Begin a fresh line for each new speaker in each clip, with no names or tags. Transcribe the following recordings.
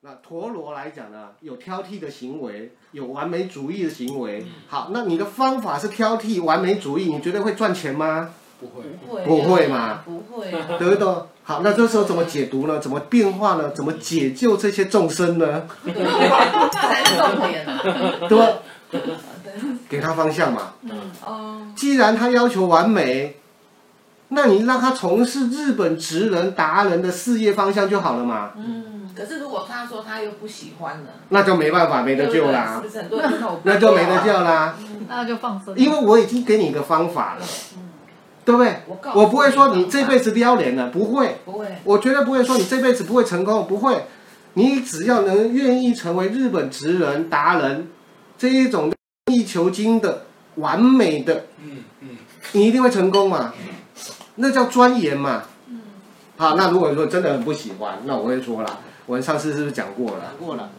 那陀螺来讲呢，有挑剔的行为，有完美主义的行为。好，那你的方法是挑剔完美主义，你觉得会赚钱吗？
不会，
不会，啊
不会嘛？
不会啊，
得不得？好，那这时候怎么解读呢？怎么变化呢？怎么解救这些众生呢？
对才是重点啊。
对吧？给他方向嘛。
嗯
哦，
既然他要求完美，那你让他从事日本职人达人的事业方向就好了嘛。
嗯，可是如果他说他又不喜欢呢，
那就没办法，没得救啦
对不对是不，是很多人说我不啊
那就没得救啦，
那就放生。
因为我已经给你一个方法了，对不对？
我告诉
我不会说你这辈子
子
撩脸了，不会，
不会，
我绝对不会说你这辈子不会成功，不会。你只要能愿意成为日本职人达人这一种力求精的完美的，
嗯嗯，
你一定会成功嘛，那叫钻研嘛。好，那如果说真的很不喜欢，那我会说啦，我们上次是不是讲过了？过了。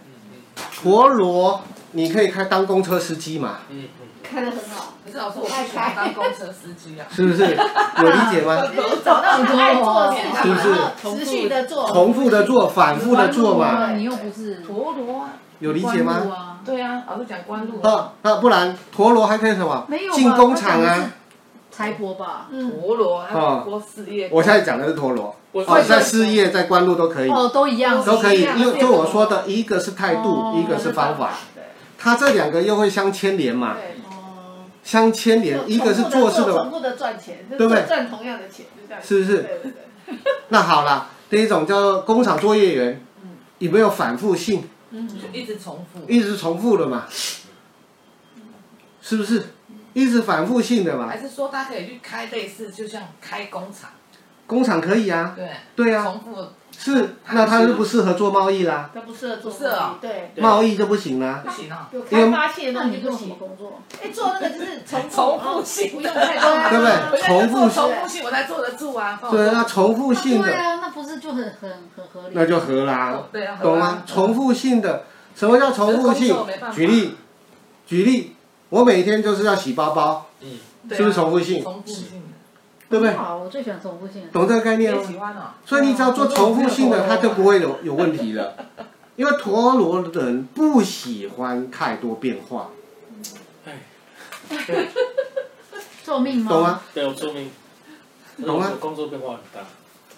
陀螺，你可以开当公车司机嘛，
嗯嗯，
开的很好，
可是老师我不喜欢当公车司机啊。
是不是？有理解吗？
就是 找到你爱做的事
啊
是
情，
不是
然后持续的做，
重复的做，反复的做嘛，
啊你又不是
陀螺啊，
有理解吗？
吗？
对啊，老师讲官路啊，
啊，那不然陀螺还可以什么
没有？吧
进工厂
他讲的
啊
是！财帛吧？
嗯，
陀螺还有国事业，
哦我现在讲的是陀螺，
我
哦，在事业在官路都可以，
哦，都一样。
都可以，
一样
因为就我说的，一个是态
哦
度，一个是方法，
对
它这两个又会相牵连嘛，
对，
哦，
相牵连，一个是做事
重
的，
复的赚钱，
对不对
赚同样的钱，就这样，
是不
对
是？
对对。
那好啦，第一种叫工厂作业员，有没有反复性，
就一直重复，
一直重复的嘛，是不是？一直反复性的嘛
还，是说他可以去开类似，就像开工厂，
工厂可以啊，
对，
对啊，
重复
是，那他就不适合做贸易啦，
他不适合做啊
不适合
对，
对
贸易就不行啦。
不行啊，
有开发性的
那
东西
你
不
做什么
行。
工作？
哎，做那个 就是重复，哦
重复性
不用太多
对不对
啊
我现在就做
重复性
重复性我才坐得住啊，不然我
对，那重复性
对
的
啊，那不是就很很很合理？
那就合啦，
对啊，
懂吗？重复性的，什么叫重复
这
性
个工作没办？法
举例，举例，我每天就是要洗包包，
嗯，
对啊
是不是重复性？
重复性的，
对不对？
好，我最喜欢重复性的。
懂这个概
你
念
也
吗？
喜欢哦，
所以你只要做重复性的，
嗯
它就不会有有问题了。因为陀螺人不喜欢太多变化，
哎，
做命吗？
懂啊吗？？
对我说明，
懂啊吗
我工作变化很大，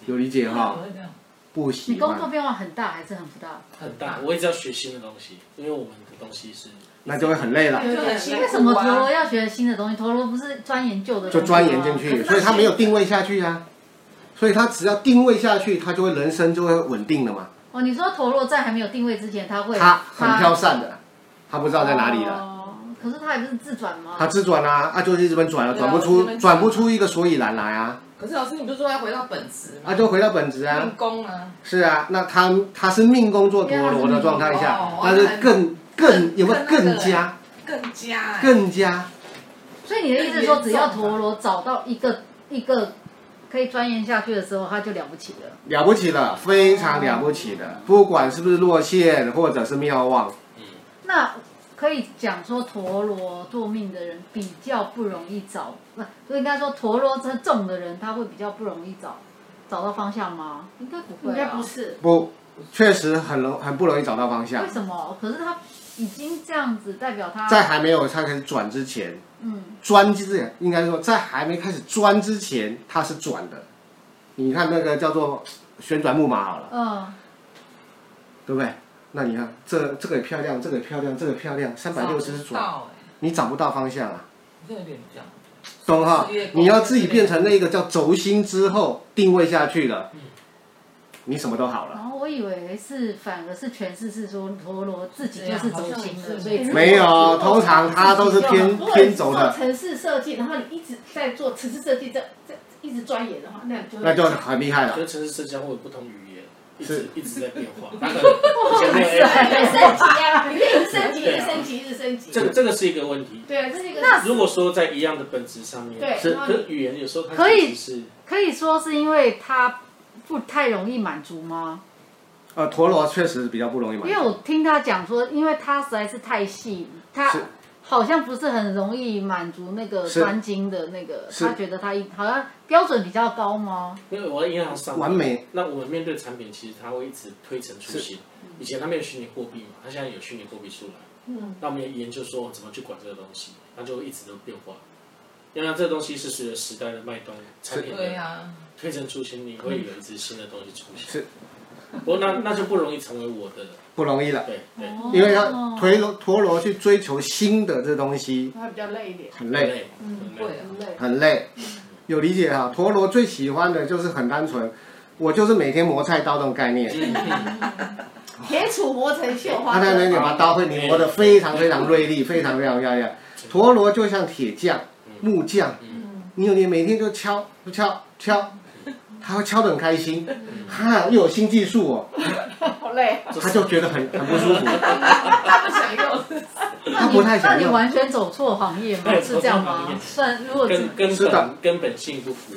有理解
那
哈
我？会这样，
不
你
喜
工作
欢，
变化很大还是很不大？
很大，我一直要学新的东西，因为我们的东西是
那就会很累了，
就很辛苦啊
为什么陀螺要学新的东西？陀螺不是钻研旧的东西
就
吗？
钻研进去，所以他没有定位下去啊。所以他只要定位下去，他就会人生就会稳定了嘛。
哦，你说陀螺在还没有定位之前，它会
他很飘散的，他不知道在哪里了，
啊
哦，可是它还不是自转吗？
他自转啊，啊就是一直边转啊，
对啊
转不
我这
出
边
转不出一个所以然来啊，
可是老师你不是说要回到本职吗？
啊就回到本质啊，
用功啊，
是啊，那他他是命工作陀螺的状态下，但是更更有没有更加
更加哎
更加
所以你的意思是说，只要陀螺找到一个一个可以钻研下去的时候，它就了不起了。
了不起了，非常了不起的，不管是不是落线或者是妙望，
嗯
那可以讲说，陀螺做命的人比较不容易找，不，就应该说陀螺这重的人，他会比较不容易找找到方向吗？应该不会、啊
应该不。是，啊
不，确实很容很不容易找到方向
为，什么？可是他已经这样子，代表他
在
啊
还没有他开始转之前，
嗯，
钻之前，应该说在还没开始钻之前，它是转的。你看那个叫做旋转木马好了，
呃，
对不对？那你看这这个也漂亮，这个也漂亮，这个也漂亮，三百六十
找不
转，
到哎，
你找不到方向啊，
我真的有点这样，
懂哈
事业？
你要自己变成那个叫轴心之后定位下去了，
嗯
你什么都好了。
然后我以为是反而是诠释是说陀螺自己就是走心
对啊好像
的，
是
所以
没有，通常它都是偏
如果你
偏
是
轴
做
的，
城市设计，然后你一直在做城市设计，这这一直钻研的话，那你就会
那就 很厉害了
觉。得城市社交会有不同语言，一
是
直一直在变 化。那个以前没有 AI，
越升级啊，你越升级， 越升级，越升级。
这个这个是一个问题。
对啊，这是一个
如果说在一样的本质上面，
对
是
然后
可是语言有时候它
可以
其实是
可以说是因为他不太容易满足吗？
呃，陀螺确实比较不容易
因
买，
为我听他讲说，因为他实在是太细，他
是
好像不是很容易满足那个
是
专精的那个，
是
他觉得他一好像标准比较高吗？
因为我在银行上班
完美。
那我们面对产品，其实它会一直推陈出新。以前它没有虚拟货币嘛，它现在有虚拟货币出来，
嗯，
那我们也研究说怎么去管这个东西，那就一直都变化。因为这个东西是随着时代的脉动，产品
对啊
的
呀，
推陈出新，你会有一只新的东西出现。
是，
不过那那就不容易成为我的，
不容易了，
对对，
哦
因为要陀螺陀螺去追求新的这东西
它比较累一点，
很
很
累，
累，
嗯，
很
会
累。
啊，
很累。
很累，有理解哈。陀螺最喜欢的就是很单纯，我就是每天磨菜刀那种概念。
铁杵磨成绣花
他在哦那
针。
里把刀会磨得非常非常锐利，非常非常漂亮。陀螺就像铁匠、木匠，
嗯，
你有你每天就敲敲敲，他会敲得很开心，哈，又有新技术哦，
好累。
他就觉得很很不舒服。
他不想用，
他不太
那
想
你
用
完全走错行业吗？
对
是这样
走错
吗
行？业
算如果是
根根
是的
本根本性不符，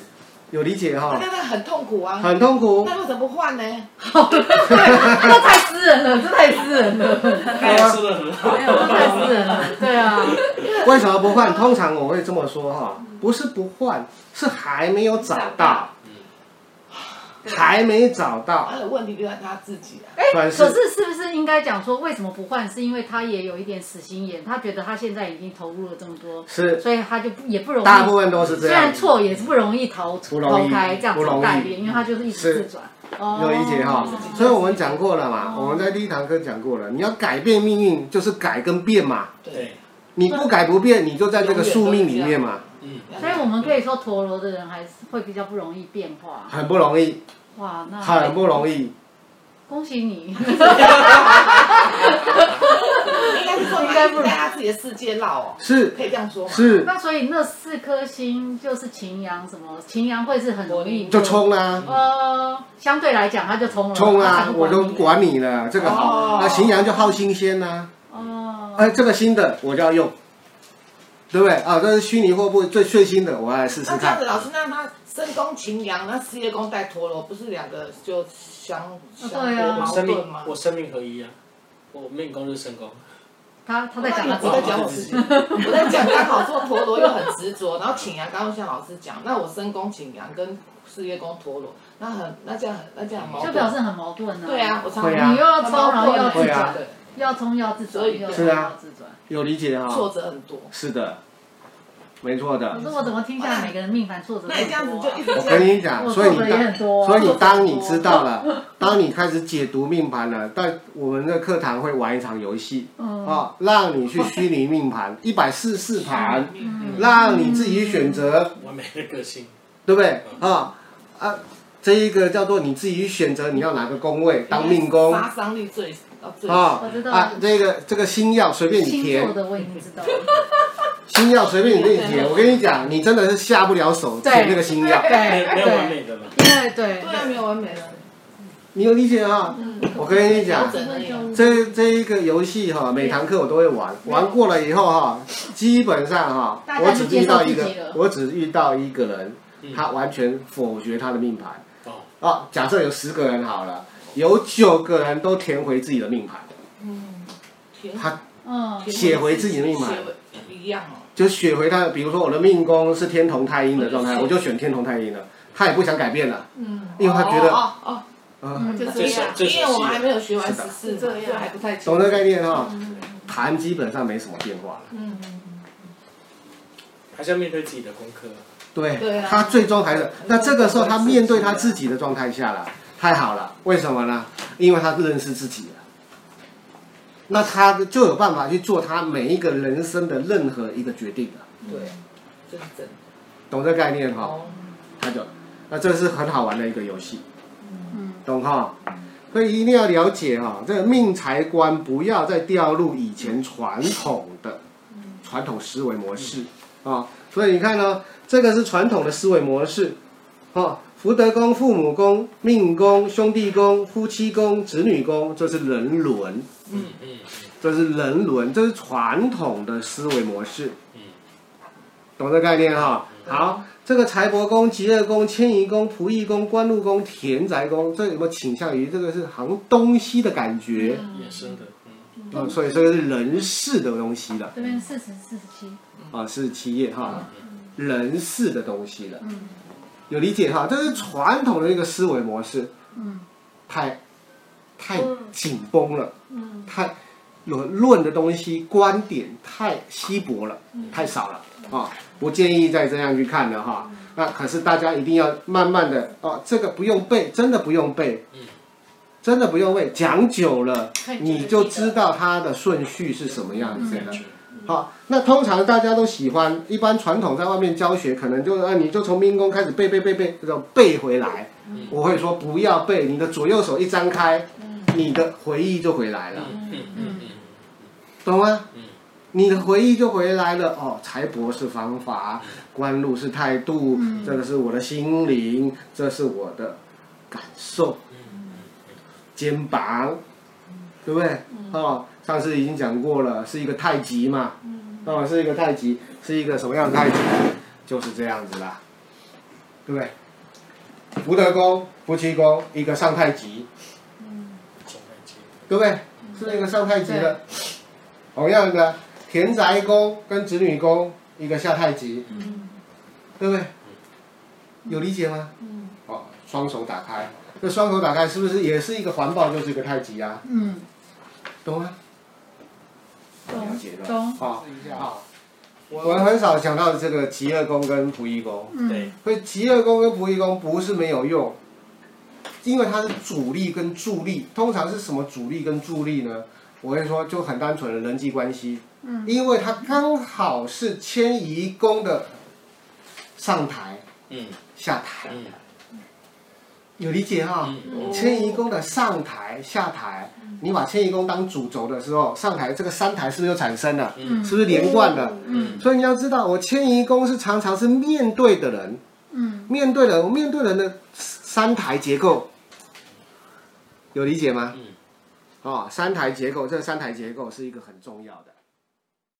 有理解哈、
那那很痛苦啊。
哦很痛苦。
那为什么不换呢？
这太私人了，这太私人了，
大家说的很好，
没有，这太私人了，对啊，
为什么不换？通常我会这么说哈、不是不换，是还没有找到，还没找到
他，的问题就在他自己啊。
算
哎可
是
是是不是应该讲说为什么不换？是因为他也有一点死心眼，他觉得他现在已经投入了这么多，
是，
所以他就不也不容易。
大部分都是这
虽
样
然。错也是不容易逃
不容易
逃开这样
不
子
容易
改变，因为他就是一直
是
自转。哦
有理解哈、所以我们讲过了嘛，
哦
我们在第一堂课讲过了，你要改变命运就是改跟变嘛，
对，
你不改不变，你就在这个宿命里面嘛，
嗯，
所以我们可以说陀螺的人还是会比较不容易变化。
很不容易，
哇，那
很不容易，
恭喜你，
应该是说他一直在 他自己的世界绕哦，
是
可以这样说吗？
是
那所以那四颗星就是秦阳什么？秦阳会是很容易
就冲啦、
呃，相对来讲他就冲了，
冲啦、
他 才不
我
管你
就管你了，这个好
哦。
那荥阳就好新鲜啊呐、
哦，
哎，这个新的我就要用，对不对啊？这是虚拟货币最最新的，我来试试
哦
那这样
看
子，。
啊
老师，那他身宫擎羊，那事业宫带陀螺，不是两个就相相
对啊
我
互矛
生
盾
命
吗？
我生命合一啊，我命宫就是身宫，
他他在讲他自
我在
己。
讲我自己，我在讲刚好说陀螺又很执着，然后擎羊刚刚像老师讲，那我身宫擎羊跟事业宫陀螺，那很那这样很那这样很矛
就表
盾。
示很矛盾啊。
对啊，，我常
会啊
常
你又要
很
冲，
矛
然后又要自
会
转
啊，
对，
要冲又要自转，
所以
又要
是
冲又
啊
要自转。
有理解啊、
挫折很多。
是的，没错的。
可是我怎么听下来每个人命盘挫折都
哎那
很
你这样子
多
就
啊？
一直
我
这
跟
样，
你讲，
我
所以
做
你
的也
当
很多啊
所以你当你知道了，当你开始解读命盘了，在我们的课堂会玩一场游戏啊、
哦
嗯
让你去虚拟命 盘一百四十四盘，
嗯
让你自己选
嗯
择，
完美的个性，
对不对啊？啊，这一个叫做你自己选择你要哪个宫位当命宫
杀伤力最哦到最小。
啊
我知道
啊，这个这个星耀随便你
星座
填，
的我已经知道了。
星耀随便你自己填。我跟你讲，你真的是下不了手
对
填那个星耀，
没有没有完
对
美的了，
对，因为对
对啊，没有完美了。
你有理解啊？
嗯
我跟你讲
调。整而已啊。
这这一个游戏哈，每堂课我都会玩，玩过了以后哈，基本上哈
嗯大，
我
家就
只遇到一
接受
个
自己了，
我只遇到一个人，
嗯
他完全否决他的命盘。
哦，
哦，假设有十个人好了，有九个人都填回自己的命盘，
嗯，填
他
嗯
写回自己的密码
写回一样哦。
就选回他的，比如说我的命宫是天同太阴的状态，
嗯
我就选天同太阴了，他也不想改变了，
嗯，
因为他觉得
哦哦哦，
嗯，
就
嗯
这样，
这是
因为我们还没有学完
是的
十四，
这样
所以还不太清楚
懂这个概念哈，盘基本上没什么变化了。
嗯嗯
还是要面对自己的功课啊，
对，
对啊
他最终还是那这个时候他面对他自己的状态下了，太好了，为什么呢？因为他认识自己了，那他就有办法去做他每一个人生的任何一个决定了，
嗯，对，这是真的。
懂这概念哈？
哦，
他就那这是很好玩的一个游戏，
嗯，
懂哈？所以一定要了解哈，这个命财观不要再掉入以前传统的传统思维模式啊。所以你看呢，这个是传统的思维模式，哦，福德宫、父母宫、命宫、兄弟宫、夫妻宫、子女宫，这是人伦，
嗯嗯
这是人伦，这是传统的思维模式，
嗯
懂这概念哈？好，这个财帛宫、极乐宫、迁移宫、仆役宫、官禄宫、田宅宫，这有没有倾向于这个是好像东西的感觉？
嗯，衍生的，嗯
嗯，所以这个是人事的东西了
这边四十四十七，
啊，是企业哈，
嗯
人事的东西了，
嗯
有理解哈？这是传统的一个思维模式，
嗯
太太
嗯
紧绷了，
嗯
太有论的东西观点太稀薄了，
嗯
太少了啊、不建议再这样去看了
嗯
哈。那可是大家一定要慢慢的哦，这个不用背，真的不用背
嗯，
真的不用背，讲久了
看久了
你
记
就
得嗯
知道它的顺序是什么样子了
感。觉
好，那通常大家都喜欢，一般传统在外面教学，可能就啊，你就从民工开始背背背背，这种背回来。
嗯
我会说不要背，你的左右手一张开，你的回忆就回来了，
嗯嗯嗯嗯
懂吗
嗯？
你的回忆就回来了哦，财帛是方法，
嗯
官禄是态度，
嗯
这个是我的心灵，这是我的感受，
嗯
肩膀，对不对？哦，上次已经讲过了，是一个太极嘛，哦，是一个太极，是一个什么样的太极？就是这样子啦，对不对？福德宫、夫妻宫，一个上太极，
重感觉
对不对？是那个上太极的。同样的，田宅宫跟子女宫，一个下太极，对不对？有理解吗？
嗯
哦，双手打开，这双手打开是不是也是一个环抱，就是一个太极啊？
嗯，
懂吗？了
懂
解了。
懂，
好，好，我
我
们很少讲到这个极乐宫跟仆役宫，
嗯
对
所以极乐宫跟仆役宫不是没有用，因为它是主力跟助力。通常是什么主力跟助力呢？我会说，就很单纯的人际关系，
嗯
因为它刚好是迁移宫的上台
嗯
下台，
嗯
有理解哈、
嗯
迁移宫的上台下台，
嗯
你把迁移宫当主轴的时候，上台这个三台是不是就产生了？
嗯
是不是连贯的？
嗯
所以你要知道，我迁移宫是常常是面对的人，
嗯
面对人，我面对人的三台结构，有理解吗？
嗯
哦，三台结构，这三台结构是一个很重要的。